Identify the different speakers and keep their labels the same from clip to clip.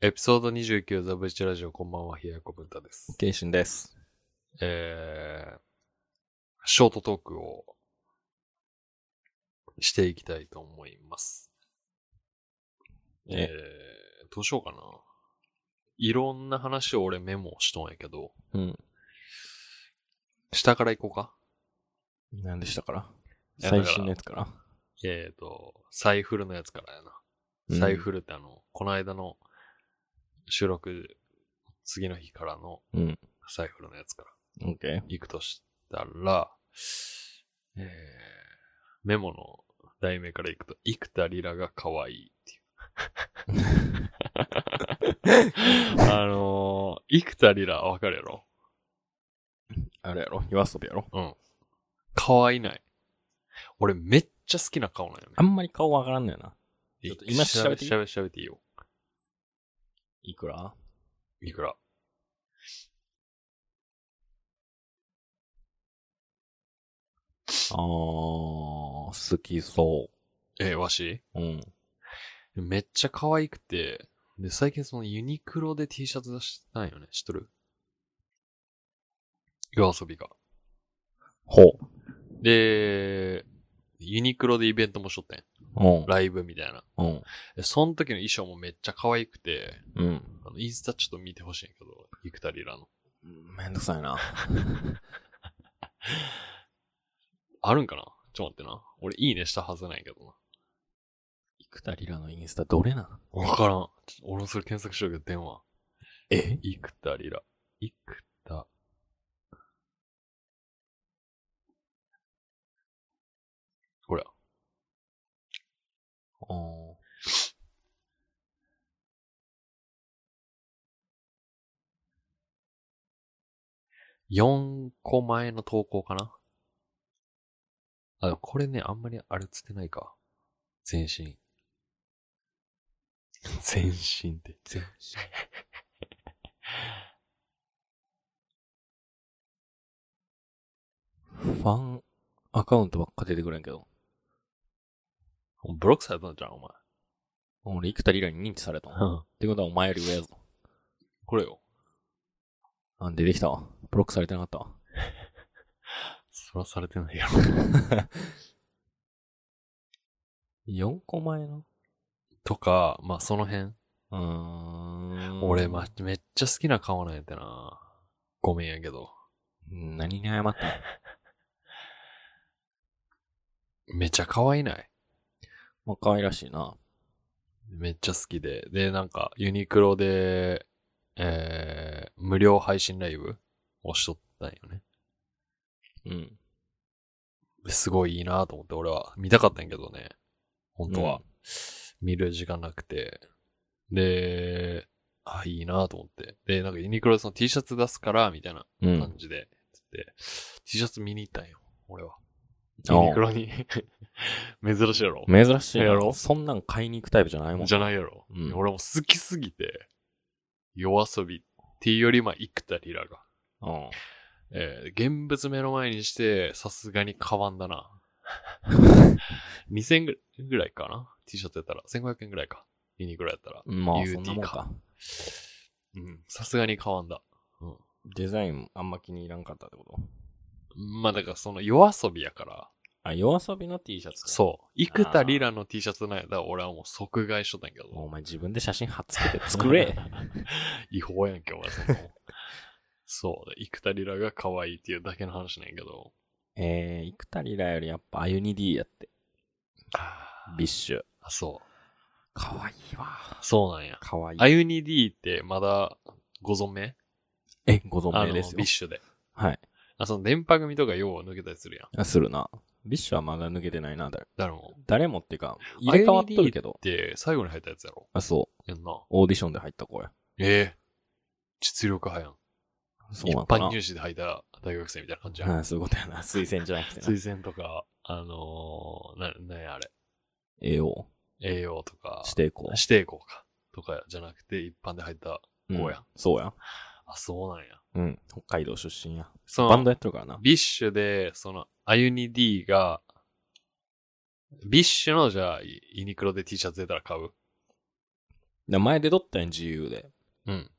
Speaker 1: エピソード29ザブチラジオ、こんばんは、ひやこぶんたです。
Speaker 2: ケイシンです。
Speaker 1: えー、ショートトークをしていきたいと思います。え
Speaker 2: ね
Speaker 1: ー、どうしようかな。いろんな話を俺メモしとんやけど、
Speaker 2: うん。
Speaker 1: 下から行こうか。
Speaker 2: 何でしたから
Speaker 1: いやだから
Speaker 2: 最新のやつから
Speaker 1: えーと、サイフルのやつからやな。
Speaker 2: うん
Speaker 1: サイフルってあの、この間の収録、次の日からの
Speaker 2: うん。
Speaker 1: サイフルのやつから
Speaker 2: オッケー。
Speaker 1: 行くとしたら、えー、メモの題名から行くと、幾田リラが可愛いっていう。 あのー、幾田リラわかるやろ
Speaker 2: あれやろ夜遊びやろ
Speaker 1: うん。可愛いない。俺めっちゃ好きな顔なんよね。
Speaker 2: あんまり顔わからんのよな。ちょっと今調
Speaker 1: 喋
Speaker 2: べ
Speaker 1: ってて
Speaker 2: いい
Speaker 1: 喋って喋っていいよ。
Speaker 2: いくら
Speaker 1: いくら。
Speaker 2: あー、好きそ
Speaker 1: えーわし
Speaker 2: う。うん。
Speaker 1: めっちゃ可愛くて、で、最近そのユニクロで T シャツ出したんよね。知っとる夜遊びが。
Speaker 2: ほう。
Speaker 1: で、ユニクロでイベントもしとってん。
Speaker 2: うん。
Speaker 1: ライブみたいな。
Speaker 2: うん。
Speaker 1: でその時の衣装もめっちゃ可愛くて、
Speaker 2: うん。
Speaker 1: あの、インスタちょっと見てほしいんやけど、ゆくたりらの。
Speaker 2: めんどくさいな。
Speaker 1: あるんかなちょっと待ってな。俺いいねしたはずないけど
Speaker 2: 幾田りらのインスタどれな
Speaker 1: な。わからん。ちょっと俺もそれ検索しようけど、電話。
Speaker 2: え
Speaker 1: いくたりら。いくた。こりゃ。
Speaker 2: あー
Speaker 1: 4個前の投稿かなあ、でもこれね、あんまりあれつってないか。 全身。全身って。
Speaker 2: 全身。ファンアカウントばっか出てくるんやけど。
Speaker 1: ブロックされたんじゃん、お前。
Speaker 2: 俺、幾田りらに認知されたの。ってことはお前より上やぞ。
Speaker 1: これよ。
Speaker 2: あ、出てきたわ。ブロックされてなかったわ。
Speaker 1: そらされてないやろ。
Speaker 2: 4個前の
Speaker 1: とか、まあその辺。
Speaker 2: うーん。
Speaker 1: 俺、ま、めっちゃ好きな顔なんやってな。ごめんやけど。
Speaker 2: 何に謝った
Speaker 1: めちゃ可愛いない
Speaker 2: まあ、可愛らしいな。
Speaker 1: めっちゃ好きで。で、なんか、ユニクロで、えー、無料配信ライブをしとったんよね。
Speaker 2: うん。
Speaker 1: すごいいいなと思って、俺は見たかったんやけどね。本当は。
Speaker 2: うん
Speaker 1: 見る時間なくて。で、あ、いいなと思って。で、なんかユニクロでその T シャツ出すから、みたいな
Speaker 2: う
Speaker 1: 感
Speaker 2: ん。
Speaker 1: じで、つって、T シャツ見に行ったんよ、俺は。
Speaker 2: あ
Speaker 1: ユニクロに。 珍しいやろ。
Speaker 2: 珍しいな。
Speaker 1: やろ
Speaker 2: そんなん買いに行くタイプじゃないもん。
Speaker 1: じゃないやろ。
Speaker 2: うん
Speaker 1: 俺も好きすぎて、夜遊びっていうより、まあ、幾田リラが。
Speaker 2: うん。
Speaker 1: えー現物目の前にして、さすがに変わんだな。2000ぐぐらいかな ?T シャツやったら。1500円ぐらいか。ユニクロやったら。
Speaker 2: まあ、
Speaker 1: UT
Speaker 2: そんなもんか
Speaker 1: か。うん。さすがに変わんだ。うん。
Speaker 2: デザインあんま気に入らんかったってこと
Speaker 1: まあ、だからその夜遊びやから。
Speaker 2: あ、夜遊びの T シャツ。
Speaker 1: そう。幾田リラの T シャツなんやだ。俺はもう即買いしとったんやけ
Speaker 2: もうお
Speaker 1: ど。
Speaker 2: 前自分で写真貼っつけて 作れ。
Speaker 1: 違法やんけ、お前そんなもん。 そう。幾田リラが可愛いっていうだけの話なんやけど。
Speaker 2: えー、幾田りらよりやっぱあゆに D やって。
Speaker 1: あ
Speaker 2: ビッシュ。
Speaker 1: そう。
Speaker 2: かわいいわ。
Speaker 1: そうなんや。
Speaker 2: かわいい
Speaker 1: あ。ゆに D ってまだご存命
Speaker 2: え、ご存
Speaker 1: あ
Speaker 2: 命
Speaker 1: の、
Speaker 2: です
Speaker 1: ビ
Speaker 2: よ
Speaker 1: ッ。シュで。
Speaker 2: はい。
Speaker 1: あ、その電波組とかよう抜けたりするやん。
Speaker 2: あするな。ビッシュはまだ抜けてないな。だ
Speaker 1: 誰も。
Speaker 2: 誰もっていうか、入れ替わっとるけど。
Speaker 1: で、最後に入ったやつやろ。
Speaker 2: あ、そう。
Speaker 1: やんな。
Speaker 2: オーディションで入った子や。
Speaker 1: ええ実力派やん。
Speaker 2: そう
Speaker 1: 一
Speaker 2: なのかな
Speaker 1: 般入試で入った大学生みたいな感じやん。
Speaker 2: うん、そういうことやな。推薦じゃなくてな。
Speaker 1: 推薦とか、あのー、な、なんやあれ。
Speaker 2: 栄養。
Speaker 1: 栄養とか、
Speaker 2: 指定校。
Speaker 1: 指定校か。とかじゃなくて、一般で入った。
Speaker 2: うん
Speaker 1: こうや。
Speaker 2: そうや。
Speaker 1: あ、そうなんや。
Speaker 2: うん。北海道出身や。
Speaker 1: その、
Speaker 2: バンドやってるからな。
Speaker 1: ビッシュで、その、アユニ D が、ビッシュの、じゃあ、ユニクロで T シャツ出たら買う
Speaker 2: で前で撮ったんよ、自由で。
Speaker 1: うん。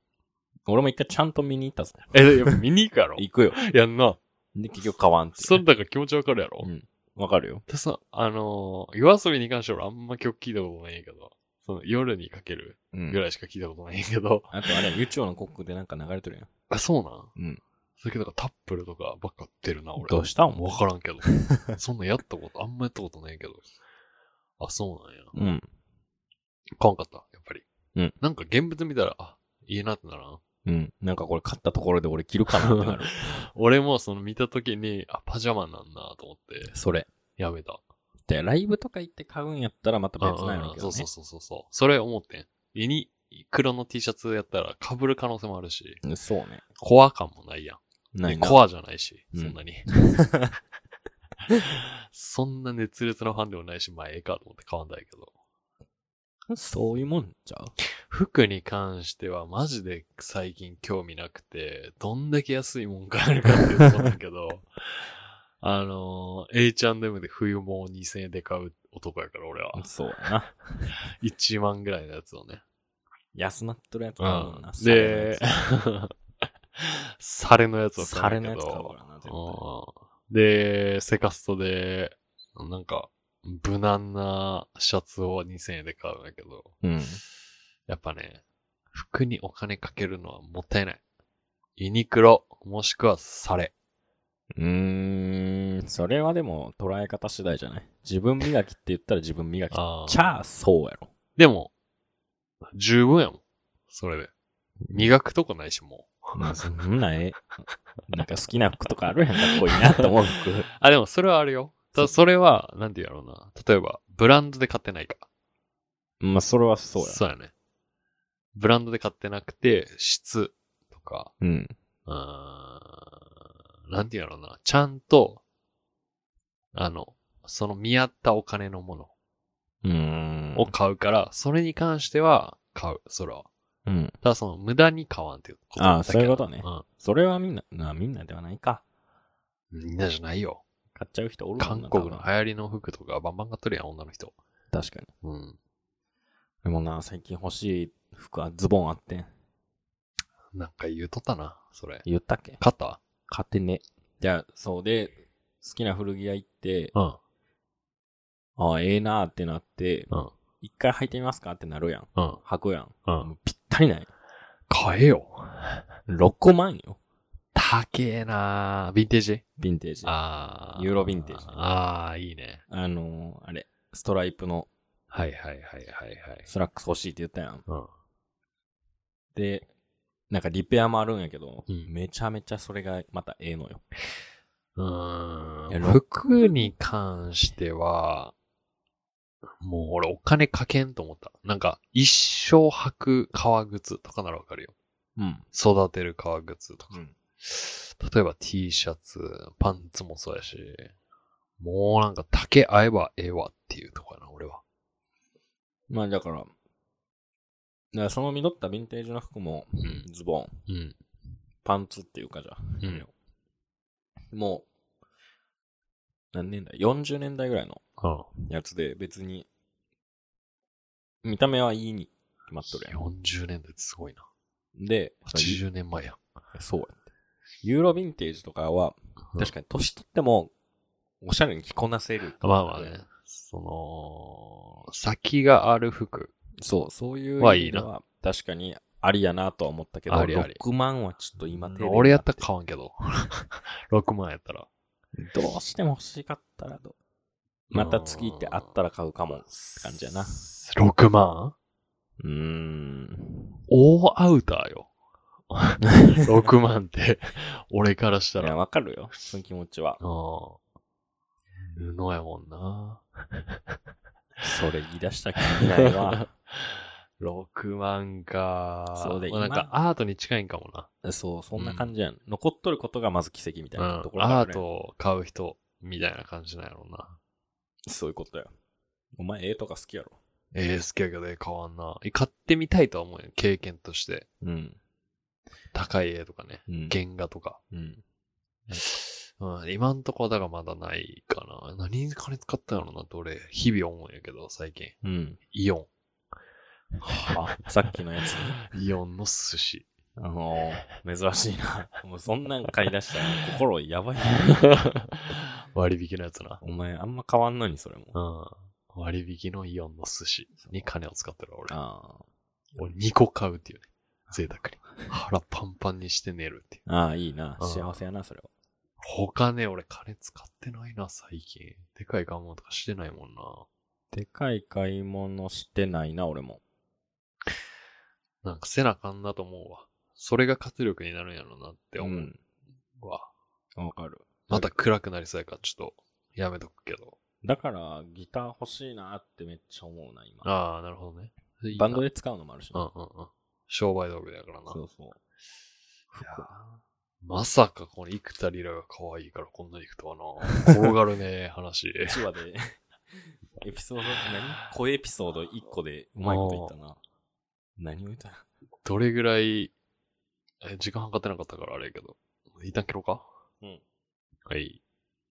Speaker 2: 俺も一回ちゃんと見に行ったっすね。
Speaker 1: え、や っぱ見に行くやろ
Speaker 2: 行くよ。
Speaker 1: やんな。
Speaker 2: で、結局買わんって。
Speaker 1: それだから気持ちわかるやろ、
Speaker 2: うん。わかるよ。
Speaker 1: でさ、あのー夜遊びに関しては俺あんま曲聞いたことないんやけど、その夜にかける
Speaker 2: う
Speaker 1: ぐ
Speaker 2: ん。
Speaker 1: らいしか聞いたことないんやけど、
Speaker 2: あとあれ、ユチョウの国でなんか流れてるやん。
Speaker 1: あ、そうなん
Speaker 2: うん。
Speaker 1: それけどタップルとかばっか売ってるな、俺。
Speaker 2: どうしたん
Speaker 1: わからんけ ど。そんなやったこと、あんまやったことないけど。あ、そうなんや。
Speaker 2: うん。
Speaker 1: 買わんかった、やっぱり。
Speaker 2: うん。
Speaker 1: なんか現物見たら、あ、いいなってならん。
Speaker 2: うん。なんかこれ買ったところで俺着るかなってなる。
Speaker 1: 俺もその見た時に、あ、パジャマなんだと思って、
Speaker 2: それ。
Speaker 1: やめた。
Speaker 2: で、ライブとか行って買うんやったらまた別なんやろうけど
Speaker 1: そうそ
Speaker 2: ね
Speaker 1: う。そうそうそう。それ思ってん。家に黒の T シャツやったら被る可能性もあるし、
Speaker 2: うんそうね。
Speaker 1: コア感もないやん。
Speaker 2: ないな。
Speaker 1: コアじゃないし、
Speaker 2: うん
Speaker 1: そんな に。そんな熱烈なファンでもないし、まあええかと思って買わんだんやけど。
Speaker 2: そういうもんちゃう
Speaker 1: 服に関してはマジで最近興味なくて、どんだけ安いもんがあるかっていうとこだけど、 あのー、H&M で冬もんを2000円で買う男やから俺は、
Speaker 2: そうやな。
Speaker 1: 1万ぐらいのやつをね。
Speaker 2: 安なっとるやつ買うもんな。
Speaker 1: うん、で、サレのやつを
Speaker 2: サ
Speaker 1: 買
Speaker 2: レ
Speaker 1: うん
Speaker 2: の
Speaker 1: や
Speaker 2: や
Speaker 1: け
Speaker 2: つ買うか
Speaker 1: ど、
Speaker 2: らな、絶対。
Speaker 1: うんで、セカストで、なんか、無難なシャツを2000円で買うんだけど、
Speaker 2: うん。
Speaker 1: やっぱね、服にお金かけるのはもったいない。ユニクロ、もしくはサレ。
Speaker 2: うーん、それはでも捉え方次第じゃない。自分磨きって言ったら自分磨き。
Speaker 1: あ
Speaker 2: ちゃあ、そうやろ。
Speaker 1: でも、十分やもん。それで。磨くとこないし、も
Speaker 2: まあ、そんなええ、なんか好きな服とかあるやん、かっこいいなって思う服。
Speaker 1: う。あ、でもそれはあるよ。ただそれは、なんて言うやろうな。例えば、ブランドで買ってないか。
Speaker 2: まあ、それはそうや。
Speaker 1: そうやね。ブランドで買ってなくて、質とか、
Speaker 2: うん。
Speaker 1: うーん、なんて言うやろうな。ちゃんと、あの、その見合ったお金のもの。
Speaker 2: うーん。
Speaker 1: を買うから、それに関しては買う、それは。
Speaker 2: うん。
Speaker 1: ただその無駄に買わんっていうこと
Speaker 2: あ
Speaker 1: だ
Speaker 2: あ
Speaker 1: けど
Speaker 2: そういうことね
Speaker 1: うん。
Speaker 2: それはみんな、なみんなではないか。
Speaker 1: みんなじゃないよ。
Speaker 2: 買っちゃう人おるもん
Speaker 1: 韓
Speaker 2: な
Speaker 1: 国の流
Speaker 2: 多分
Speaker 1: 行りの服とかバンバン買っとるやん、女の人。
Speaker 2: 確かに。
Speaker 1: うん。
Speaker 2: でもな、最近欲しい服はズボンあってん。
Speaker 1: なんか言うとったな、それ。
Speaker 2: 言ったっけ
Speaker 1: 買った
Speaker 2: 買ってね。じゃあ、そうで、好きな古着屋行って、
Speaker 1: うん。
Speaker 2: ああ、ええなーってなって、
Speaker 1: うん。
Speaker 2: 一回履いてみますかってなるやん。
Speaker 1: うん。
Speaker 2: 履くやん。
Speaker 1: うん。
Speaker 2: もうぴったりない。
Speaker 1: 買えよ。
Speaker 2: 6万よ。
Speaker 1: 高えなヴィンテージ
Speaker 2: ヴィンテージ。あ
Speaker 1: ああ。
Speaker 2: ユーロヴィンテージ
Speaker 1: ああ、いいね。
Speaker 2: のー、あれ、ストライプの
Speaker 1: はいはいはいはいはい。
Speaker 2: スラックス欲しいって言ったやん。
Speaker 1: うん。
Speaker 2: で、なんかリペアもあるんやけど、
Speaker 1: うん
Speaker 2: めちゃめちゃそれがまたええのよ。
Speaker 1: うーん
Speaker 2: いや
Speaker 1: 服に関しては、もう俺お金かけんと思った。なんか、一生履く革靴とかならわかるよ。
Speaker 2: うん。
Speaker 1: 育てる革靴とか。
Speaker 2: ん。
Speaker 1: 例えば T シャツ、パンツもそうやし、もうなんか竹合えばええわっていうとこやな、俺は。
Speaker 2: まあだから、だからその実ったヴィンテージの服も、
Speaker 1: うん
Speaker 2: ズボン、
Speaker 1: うん。
Speaker 2: パンツっていうかじゃあ、
Speaker 1: うん
Speaker 2: もう、何年代 ?40 年代ぐらいの
Speaker 1: うん。
Speaker 2: やつで、別に、見た目はいいに決まっとるや
Speaker 1: 40年代ってすごいな。
Speaker 2: ん。で、
Speaker 1: 80年前やん。
Speaker 2: そうやって。ユーロヴィンテージとかは、確かに年取っても、おしゃれに着こなせる。
Speaker 1: まあまあね。。その、先がある服。
Speaker 2: そう、そういう
Speaker 1: は
Speaker 2: 意味では、確かにありやなとは思ったけど、
Speaker 1: ありあり
Speaker 2: 6万はちょっと今手でなくて
Speaker 1: 俺やったら買わんけど。6万やったら。
Speaker 2: どうしても欲しかったらどう、また次ってあったら買うかもって感じやな。
Speaker 1: 6万
Speaker 2: うーん。
Speaker 1: 大アウターよ。6万って、 俺からした
Speaker 2: いや、
Speaker 1: ら。
Speaker 2: わかるよ。その気持ちは。
Speaker 1: うん。布やもんな。
Speaker 2: それ言い出した気にないわ。
Speaker 1: 6万か。
Speaker 2: そうで
Speaker 1: まあなん
Speaker 2: 今
Speaker 1: かアートに近いんかもな。
Speaker 2: そう、そんな感じやん。残っとることがまず奇跡みたいなとこ
Speaker 1: うん、
Speaker 2: ろから
Speaker 1: ア
Speaker 2: ね
Speaker 1: ートを買う人みたいな感じなんやろうな。
Speaker 2: そういうことや。お前、絵とか好きやろ。
Speaker 1: ええ好きやけど絵買わんな。え買ってみたいとは思うよ。経験として。
Speaker 2: うん。
Speaker 1: 高い絵とかね。
Speaker 2: うん。
Speaker 1: 原画とか。
Speaker 2: うん。
Speaker 1: うん、今んとこはだがまだないかな。何に金使ったんやろなって俺、日々思うんやけど、最近。
Speaker 2: うん。
Speaker 1: イオン。
Speaker 2: はさっきのや つ。
Speaker 1: イオンの寿司。
Speaker 2: あの珍し いな。もうそんなん買い出したら心やばいよ。
Speaker 1: 割引のやつな。
Speaker 2: お前あんま変わんのに、それも。
Speaker 1: うん。割引のイオンの寿司に金を使ってる俺。
Speaker 2: あ
Speaker 1: 俺2個買うっていうね。贅沢に。腹パンパンにして寝るっていう。
Speaker 2: あ。ああ、いいな。
Speaker 1: うん
Speaker 2: 幸せやな、それは。
Speaker 1: 他ね、俺金使ってないな、最近。でかい買い物とかしてないもんな。
Speaker 2: でかい買い物してないな、俺も。
Speaker 1: なんか背中んだと思うわ。それが活力になるんやろうなって
Speaker 2: う
Speaker 1: 思
Speaker 2: ん。
Speaker 1: うわ。
Speaker 2: わかる。
Speaker 1: また暗くなりそうやから、ちょっと、やめとくけど。
Speaker 2: だから、ギター欲しいなってめっちゃ思うな、今。
Speaker 1: ああ、なるほどね。いいな
Speaker 2: バンドで使うのもあるし
Speaker 1: うん
Speaker 2: な。
Speaker 1: うんうん。商売道具だからな。
Speaker 2: そうそう。
Speaker 1: いやーまさかこの幾田りらが可愛いからこんなに行くとは な。転がるね、話。
Speaker 2: 1話で、 エピソード、何声エピソード1個でうまいこと言ったな。何を言った
Speaker 1: どれぐらい、え、時間計ってなかったからあれやけど。一旦切ろうか
Speaker 2: うん。
Speaker 1: はい。